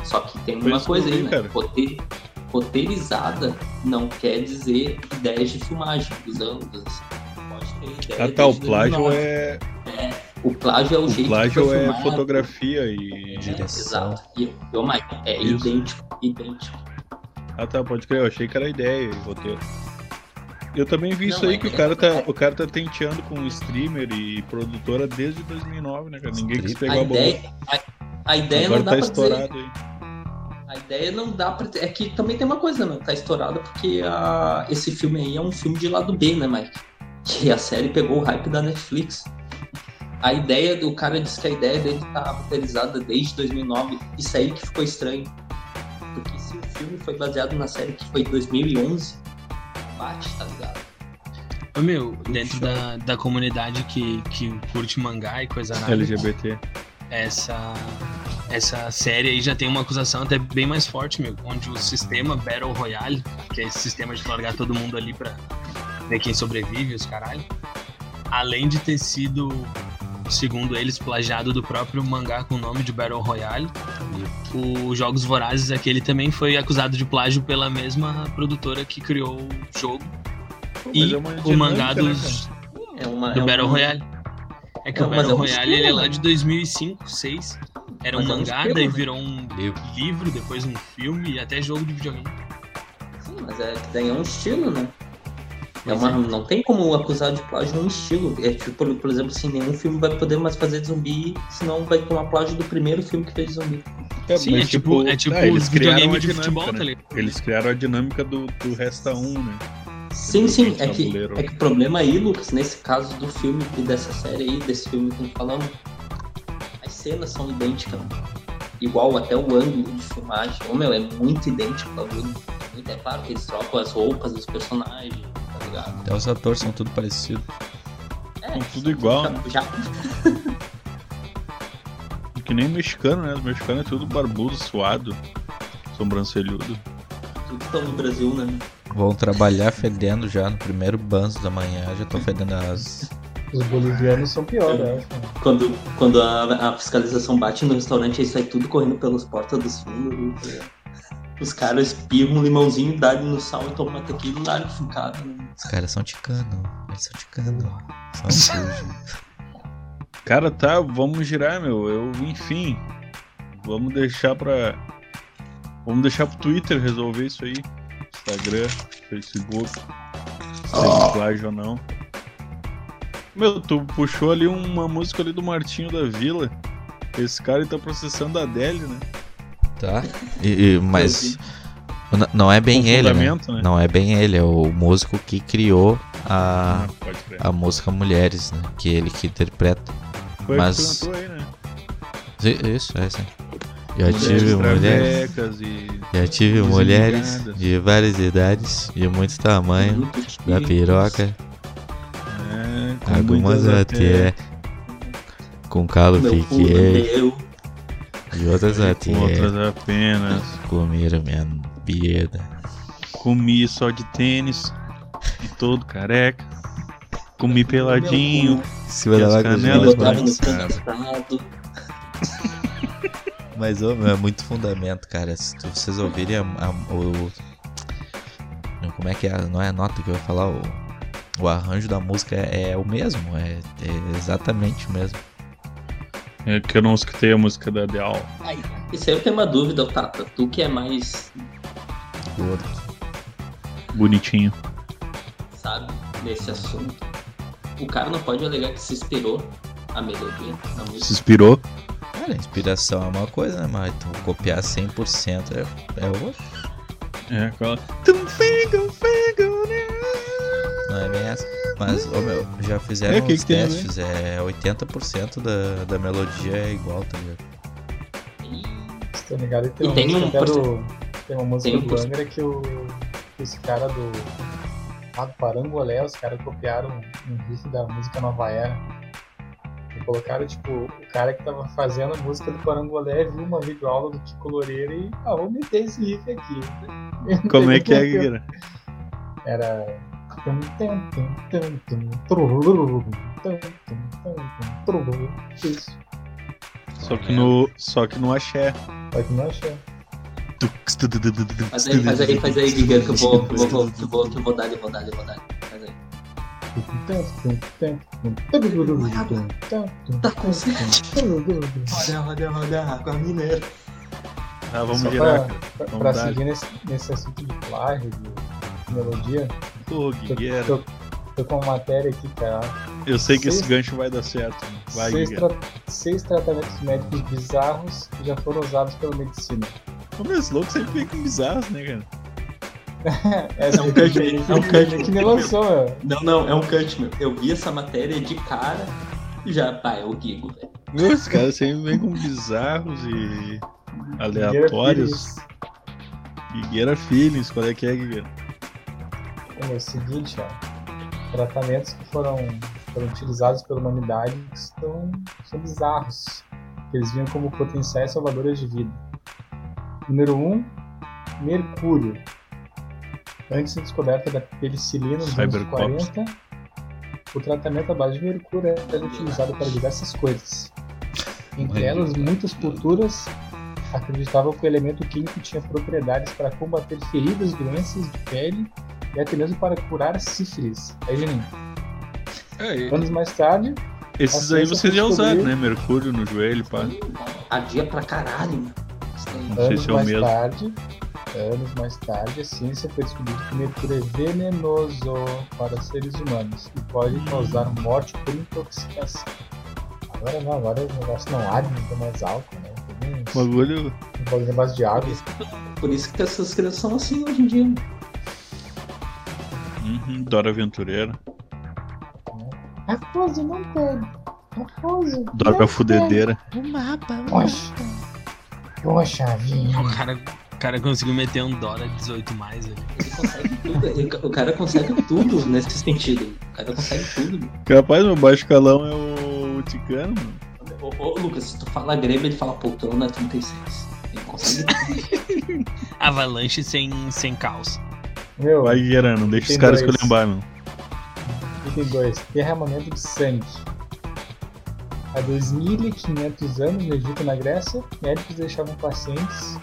Só que tem Foi uma isso que coisa eu vi, aí, né? cara. Rote- Roteirizada não quer dizer ideias de filmagem, dos ângulos. assim. Pode ter ideia Ah tá, o desde plágio 2009. é O plágio é o, jeito O que plágio foi é filmado. fotografia e. É, Direção. Exato. E, ô, Mike, é Isso. idêntico, idêntico. Ah tá, pode crer, eu achei que era ideia e roteiro. Eu também vi Não, isso aí é- que o cara tá, o cara tá tenteando com streamer e produtora desde 2009, né, cara? Ninguém quis A pegar a bola. ideia, a, a ideia Agora não dá tá pra dizer. estourado aí. A ideia não dá pra dizer. É que também tem uma coisa, né? Tá estourado porque a, esse filme aí é um filme de lado B, né, Mike? Que a série pegou o hype da Netflix. A ideia do o cara disse que a ideia dele tá roteirizada desde 2009. Isso aí que ficou estranho. Porque se o filme foi baseado na série que foi de 2011, bate, tá ligado? Ô meu, dentro da, da comunidade que, que curte mangá e coisa nada, LGBT. essa, essa série aí já tem uma acusação até bem mais forte, meu. Onde o sistema Battle Royale, que é esse sistema de largar todo mundo ali pra ver quem sobrevive, os caralho, além de ter sido, segundo eles, plagiado do próprio mangá com o nome de Battle Royale, o Jogos Vorazes, aquele também foi acusado de plágio pela mesma produtora que criou o jogo Pô, mas e é uma o mangá dinâmica, né, dos, É uma, do é Battle um- Royale. É que Não, o mas Battle é um Royale ele esquema, é lá né? de 2005, 2006. Era um Mas é um mangá, esquema, daí né? virou um Livro. livro, depois um filme e até jogo de videogame. Sim, mas é que daí é um estilo, né? É Pois uma, é. Não tem como acusar de plágio um estilo. É tipo, por, por exemplo, assim, nenhum filme vai poder mais fazer de zumbi, senão vai tomar plágio do primeiro filme que fez de zumbi. É, Sim, mas, é tipo, é tipo ah, eles os criaram videogame a de dinâmica, futebol, tá né? ligado? Eles criaram a dinâmica do, do Resta 1, né? Sim, sim, é que, Tabuleiro. é que o problema aí, Lucas, nesse caso do filme e dessa série aí, desse filme que a gente tá falando, as cenas são idênticas. mano. Igual até o ângulo de filmagem. Ô meu, é muito idêntico o bagulho. É muito- É claro que eles trocam as roupas dos personagens, tá ligado? Até os atores são tudo parecidos. É, São tudo igual, né? já, Que nem mexicano, né? Os mexicanos é tudo barbudo, suado, sobrancelhudo. tudo estão no Brasil, né? Vão trabalhar fedendo já no primeiro banzo da manhã. Já tô fedendo as. Os bolivianos são piores, né? eu acho. Quando, quando a, a fiscalização bate no restaurante, aí sai tudo correndo pelas portas dos fundos. né? Os caras pegam um limãozinho, dá no sal e toma tequila e dá fincado. Os caras são ticano. Eles são ticano. São sujo. Cara, tá, vamos girar, meu. Eu, enfim. Vamos deixar pra. Vamos deixar pro Twitter resolver isso aí. Instagram, Facebook. Se tem plágio ou não. Meu, tu puxou ali uma música ali do Martinho da Vila. Esse cara ele tá processando a Adele, né? Tá? E- e- mas. n- Não é bem Com ele, né? fundamento, né? Não é bem ele, é o músico que criou a, Ah, pode crer. a música Mulheres, né? Que ele que interpreta. Foi o mas- que tu cantou aí, né? Zi- Isso, é isso aí. Já Mulheres tive mulheres. travecas e. Já tive Mulheres mulheres ligadas. de várias idades, de muito tamanho, da piroca, É, Tá com algumas muitas até é. com calo Meu cu, fiquei, meu. e outras é, até com outras apenas. comeram minha bieda. Comi só de tênis e todo careca. Comi peladinho. Se vai E dar as lá com os né? canelas meus pra Botava amigos, no cara. canastado. Mas ô, meu, é muito fundamento, cara. Se tu- vocês ouvirem a, a- o. não, Como é que é? Não é a nota que eu ia falar? O, o arranjo da música é, é o mesmo, é, é exatamente o mesmo. É que eu não escutei a música da Deal. Isso aí eu tenho uma dúvida, Tata. Tu que é mais, O outro. Bonitinho. sabe, nesse assunto, o cara não pode alegar que se inspirou a melodia na Se música. inspirou? Cara, inspiração é uma coisa, né? Mas tu copiar 100% é, é outro. É aquela. Tum, figo, figo, né? Não é bem essa. Mas, ô meu, já fizeram É, o que os que tem a ver? testes, é 80% da, da melodia é igual, tá ligado? E Tô tá ligado que tem E uma tem um música até porce- do. Tem uma música tem um do porce- Angra que o. que esse cara do. Ah, do Parangolé, os caras copiaram um riff da música Nova Era. E colocaram, tipo, o cara que tava fazendo a música do Parangolé viu uma videoaula do Kiko Loureiro e. Ah, vou meter esse riff aqui. Como é que é, Guira? Era. tum, tum, tum, tum, tum, trulululu, tum, tum, tum, tum, trululu. Isso. Só que no. Só que no axé. Vai que não achou. Faz aí, faz aí, faz aí, Giga, que eu vou, que eu vou, que eu vou, que eu vou dar, eu vou dar, eu vou dar. Faz aí. Tá com sede. Roda, roda, roda, água mineira. Ah, vamos Só girar, pra- cara. Pra, Vamos pra dar. seguir nesse, nesse assunto de plágio, de melodia, Ô, tô, Guigueira, tô- tô com uma matéria aqui, cara. Eu sei que esse Seis- gancho vai dar certo. né? Vai, seis, Guigueira. tra- seis tratamentos médicos bizarros que já foram usados pela medicina. Como esses loucos sempre ficam bizarros, né, cara? Essa É um aqui cut, que- é um cut. que me lançou, meu. Não, não, é um cut, meu. Eu vi essa matéria de cara e já, pá, é o Gigo, velho. Meu, Os caras sempre vêm com bizarros e é é aleatórios. Guigueira Feelings, qual é que é, Guigueira? É o seguinte, ó. Tratamentos que foram, foram utilizados pela humanidade que são, são bizarros. Que eles vinham como potenciais salvadores de vida. Número 1, um, mercúrio. Antes da descoberta da penicilina nos anos Cybercops. 40, o tratamento à base de mercúrio era utilizado para diversas coisas. Entre elas, muitas culturas acreditavam que o elemento químico tinha propriedades para combater feridas, doenças de pele e até mesmo para curar sífilis. Aí, Juninho, anos mais tarde, Esses a aí ciência vocês já foi usaram, descobrir- né? Mercúrio no joelho, pá. Ardia pra caralho, meu. Isso aí. Não sei anos se é o mais mesmo. tarde, anos mais tarde, a ciência foi descobrindo que o mercúrio é venenoso para seres humanos e pode causar morte por intoxicação. Agora não, agora o negócio não arde, não tem mais álcool, né? Tem uns- O bagulho. um negócio de água. Por isso que essas crianças são assim hoje em dia. meu. Uhum, Dora Aventureira. Raposo, É não É pega. Raposo. Dora Fudedeira. Poxa. Poxa, vinha. O cara, o cara conseguiu meter um Dora 18 mais ali. Ele consegue tudo. ele- o cara consegue tudo nesse sentido. O cara consegue tudo. meu. Capaz, meu baixo calão é o, o Ticano, mano. Ô, ô, Lucas, se tu fala greve, ele fala poltrona 36. Ele consegue Avalanche sem, sem calça. Meu, Vai, Guigueira, não deixa os Tem caras dois. escolhembar, meu. item 2. Derramamento é de sangue. Há 2.500 anos, no Egito e na Grécia, médicos deixavam pacientes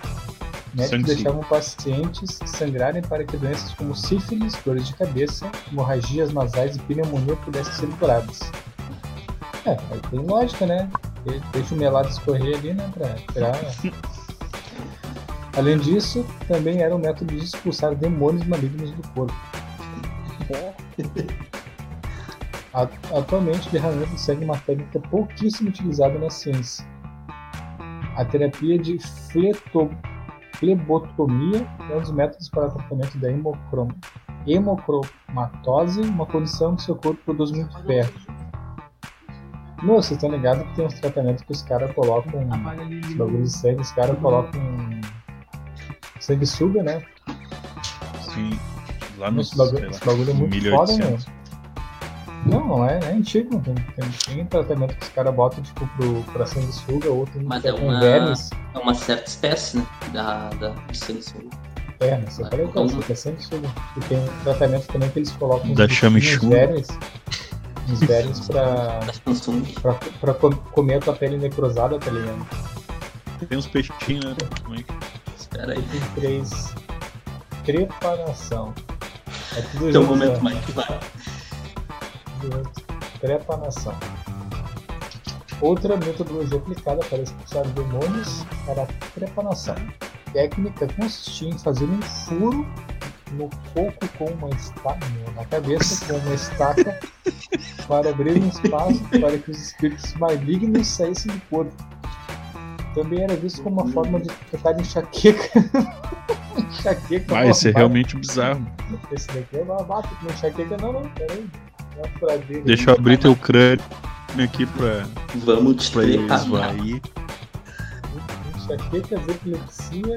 Médicos Sangue sim. deixavam pacientes sangrarem para que doenças como sífilis, dores de cabeça, hemorragias nasais e pneumonia pudessem ser curadas. É, aí tem lógica, né? De- Deixa o melado escorrer ali, né? Pra, pra... Além disso, também era um método de expulsar demônios malignos do corpo. A- Atualmente, o derramamento segue uma técnica pouquíssimo utilizada na ciência. A terapia de fleto- flebotomia é um dos métodos para tratamento da hemocrom- hemocromatose, uma condição que seu corpo produz muito ferro. Meu, vocês estão ligados tá que tem uns tratamentos que os caras colocam. Apaga ali. Os bagulhos de sangue, os caras colocam. Sangue suga, né? Sim. Lá no. Esse bagulho- sei lá, esse bagulho é muito 1800. foda, meu. Não, não é, é antigo. Tem, tem, tem tratamento que os caras botam, tipo, pro, pra sanguessuga, ou tem Mas que é é com uma- vermes. É uma certa espécie, né? Da, da, do sanguessuga. É, mas eu falei que Uhum. é que é sanguessuga. E tem um tratamento também que eles colocam Da uns- chamichu. uns vermes. Uns vermes pra, Da Samsung. pra, pra com- comer a tua pele necrosada, tá ligado? Tem uns peixinhos, né? Como é que- Espera aí. Três. Preparação. É tudo Tem um junto, momento né? mais que vai. Trepanação. Outra metodologia aplicada para expulsar demônios era a trepanação. A técnica consistia em fazer um furo no coco com uma estaca, na cabeça com uma estaca, para abrir um espaço para que os espíritos malignos saíssem do corpo. Também era visto como uma forma de tratar enxaqueca. enxaqueca. Ah, esse é normal. realmente bizarro. Esse daqui é uma bata com enxaqueca. Não, não, peraí. É uma furadeira. Deixa eu abrir teu crânio aqui pra, Vamos te pra ele trepar. esvair. Enxaqueca, epilepsia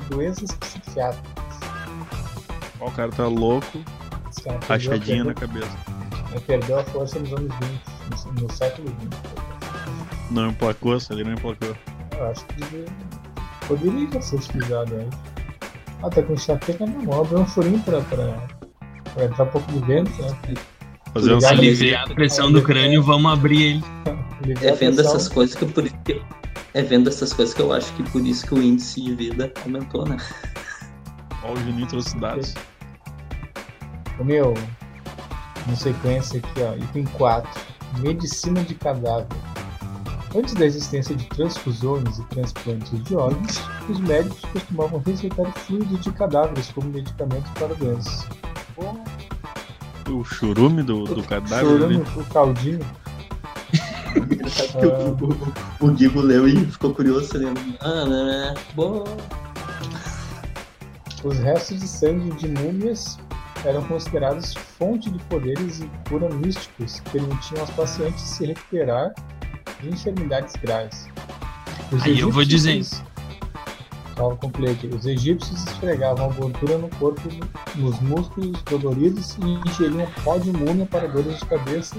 e doenças psiquiátricas. Ó, o cara tá louco, Esse cara perdeu a rachadinha na perda- cabeça. é, Perdeu a força nos anos 20, no, no século 20. Não emplacou, se ele não emplacou. Eu acho que devia- poderia já ser utilizado aí. Ah, tá com enxaqueca não, vou abrir um furinho pra, pra, pra entrar um pouco de vento, né? Fazer um Obrigado. sangue. Aliviar a pressão do crânio, vamos abrir ele. Aliviar É a vendo pressão. essas coisas que por isso que é vendo essas coisas que eu acho que por isso que o índice de vida aumentou, né? Ó, o Juninho trouxe dados. O meu, na sequência aqui, ó, item 4. Medicina de cadáver. Antes da existência de transfusões e transplantes de órgãos, os médicos costumavam receitar fluido de cadáveres como medicamento para doenças. O churume do, do cadáver né? Chorando ali. o caldinho. O- o- o Guigo leu e ficou curioso, né? Ah, né? né. Bom, Os restos de sangue de múmias eram considerados fonte de poderes e cura místicos que permitiam aos pacientes se recuperar de enfermidades graves. Os Aí eu vou dizer. egípcios- Calma, concluí aqui. Os egípcios esfregavam a gordura no corpo, nos músculos doloridos e ingeriam pó de múmia para dores de cabeça,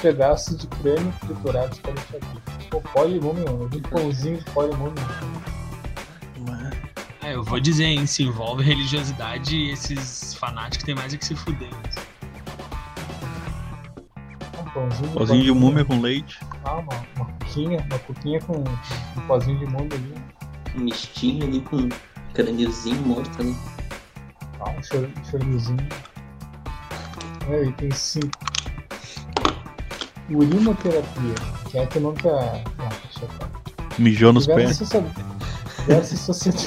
pedaços de crânio triturados para enxaqueca. Pô, pó de múmia, mano. Eu vi pãozinho de pó de múmia. É, eu vou dizer, hein, se envolve religiosidade e esses fanáticos tem mais é que se fuder. né? Um pãozinho de pó Pozinho de né? múmia com leite. Ah, uma, uma cuquinha, uma cuquinha com um pozinho de mundo ali. um mistinho ali com um crâniozinho morto, né? Ah, um chor- um chorinhozinho. É, o item 5. Urinoterapia, que é que nunca. Ah, deixa eu falar. Mijou nos Diversas pés. socie- Diversas sociedades.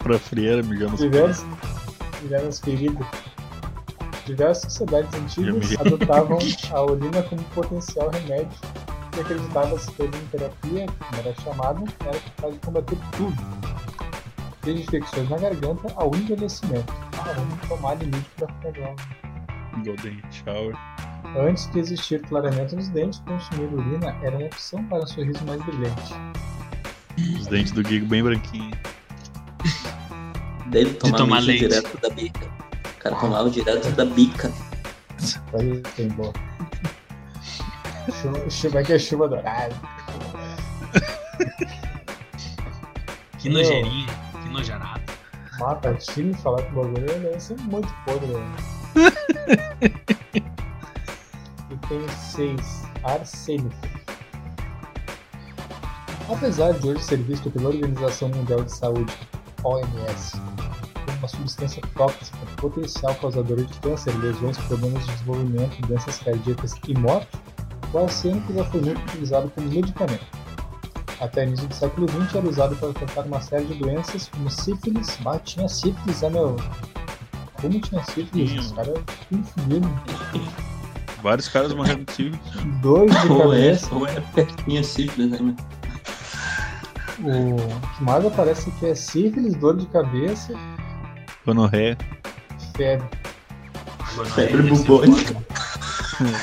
Pra frieira, mijou nos pés. Diversas. Diversas feridas. Diversas sociedades antigas me- adotavam a urina como potencial remédio e acreditava-se que a urinoterapia, como era chamada, era capaz de combater tudo. Desde infecções na garganta ao envelhecimento. Ah, vamos tomar limite para ficar jovem. Golden Shower. Antes de existir clareamento nos dentes, consumir urina era uma opção para um sorriso mais brilhante. Os dentes do Gigo bem branquinhos. Deve tomar, tomar mijo leite. direto da bica. O cara tomava direto da bica. Mas tem boa. Chuva, chuva que é chuva dourada. Que Meu. nojeirinha, que nojarada. mata time falar que o bagulho é, deve ser muito podre, né? e tem seis Arsênico. Apesar de hoje ser visto pela Organização Mundial de Saúde OMS, como uma substância tóxica potencial causadora de câncer, lesões, problemas de desenvolvimento, doenças cardíacas e morte, o arsênico já foi muito utilizado como medicamento. Até o início do século XX era usado para tratar uma série de doenças como sífilis, bah, tinha sífilis, né meu? Como tinha sífilis? Tinha. Os caras confundiram Vários caras morreram de sífilis. dois de Ou é, cabeça. ou é pertinho simples, né, meu? O que mais aparece aqui é sífilis, dor de cabeça, Gonorreia. febre. Febre Gonorreia, bubônica.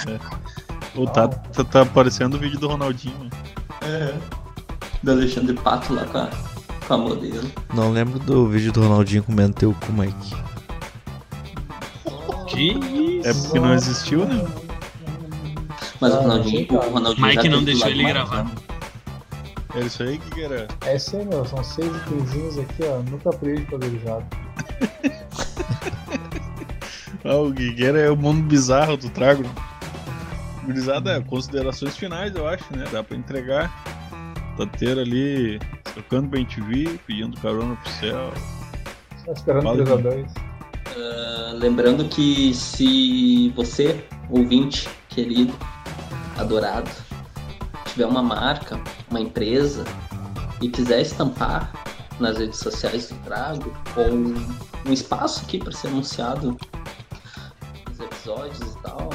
É, Ô, tá, tá, tá aparecendo o vídeo do Ronaldinho. né? Do Alexandre Pato lá com a, com a modelo. Não lembro do vídeo do Ronaldinho comendo teu cu, Mike. Que É isso? porque não existiu, né? Mas o Ah, Ronaldinho, sim, o cara. Ronaldinho já Mike não teve do deixou lado ele mais, gravar. né? É isso aí que era. É isso aí, meu. São seis itens aqui, ó. Nunca aprendi valorizado. Ah, o Guigueira é o mundo bizarro do trago. Gurizada, considerações finais, eu acho, né? Dá pra entregar. Tateiro ali tocando bem TV, pedindo carona pro céu. Só esperando Fala, 3x2. Ah, Lembrando que se você, ouvinte, querido, adorado, tiver uma marca, uma empresa e quiser estampar nas redes sociais do Trago ou um- um espaço aqui para ser anunciado nos episódios e tal,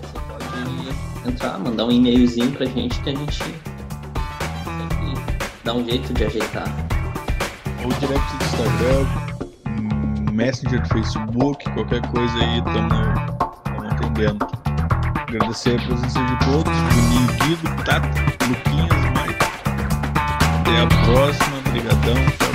você pode entrar, mandar um e-mailzinho pra gente que a gente sempre dá um jeito de ajeitar. Ou direct do Instagram, Messenger do Facebook, qualquer coisa aí, tamo, tamo atendendo. Agradecer a presença de todos, Juninho Guido, Tata, Luquinhas, Mike. Até a próxima, brigadão.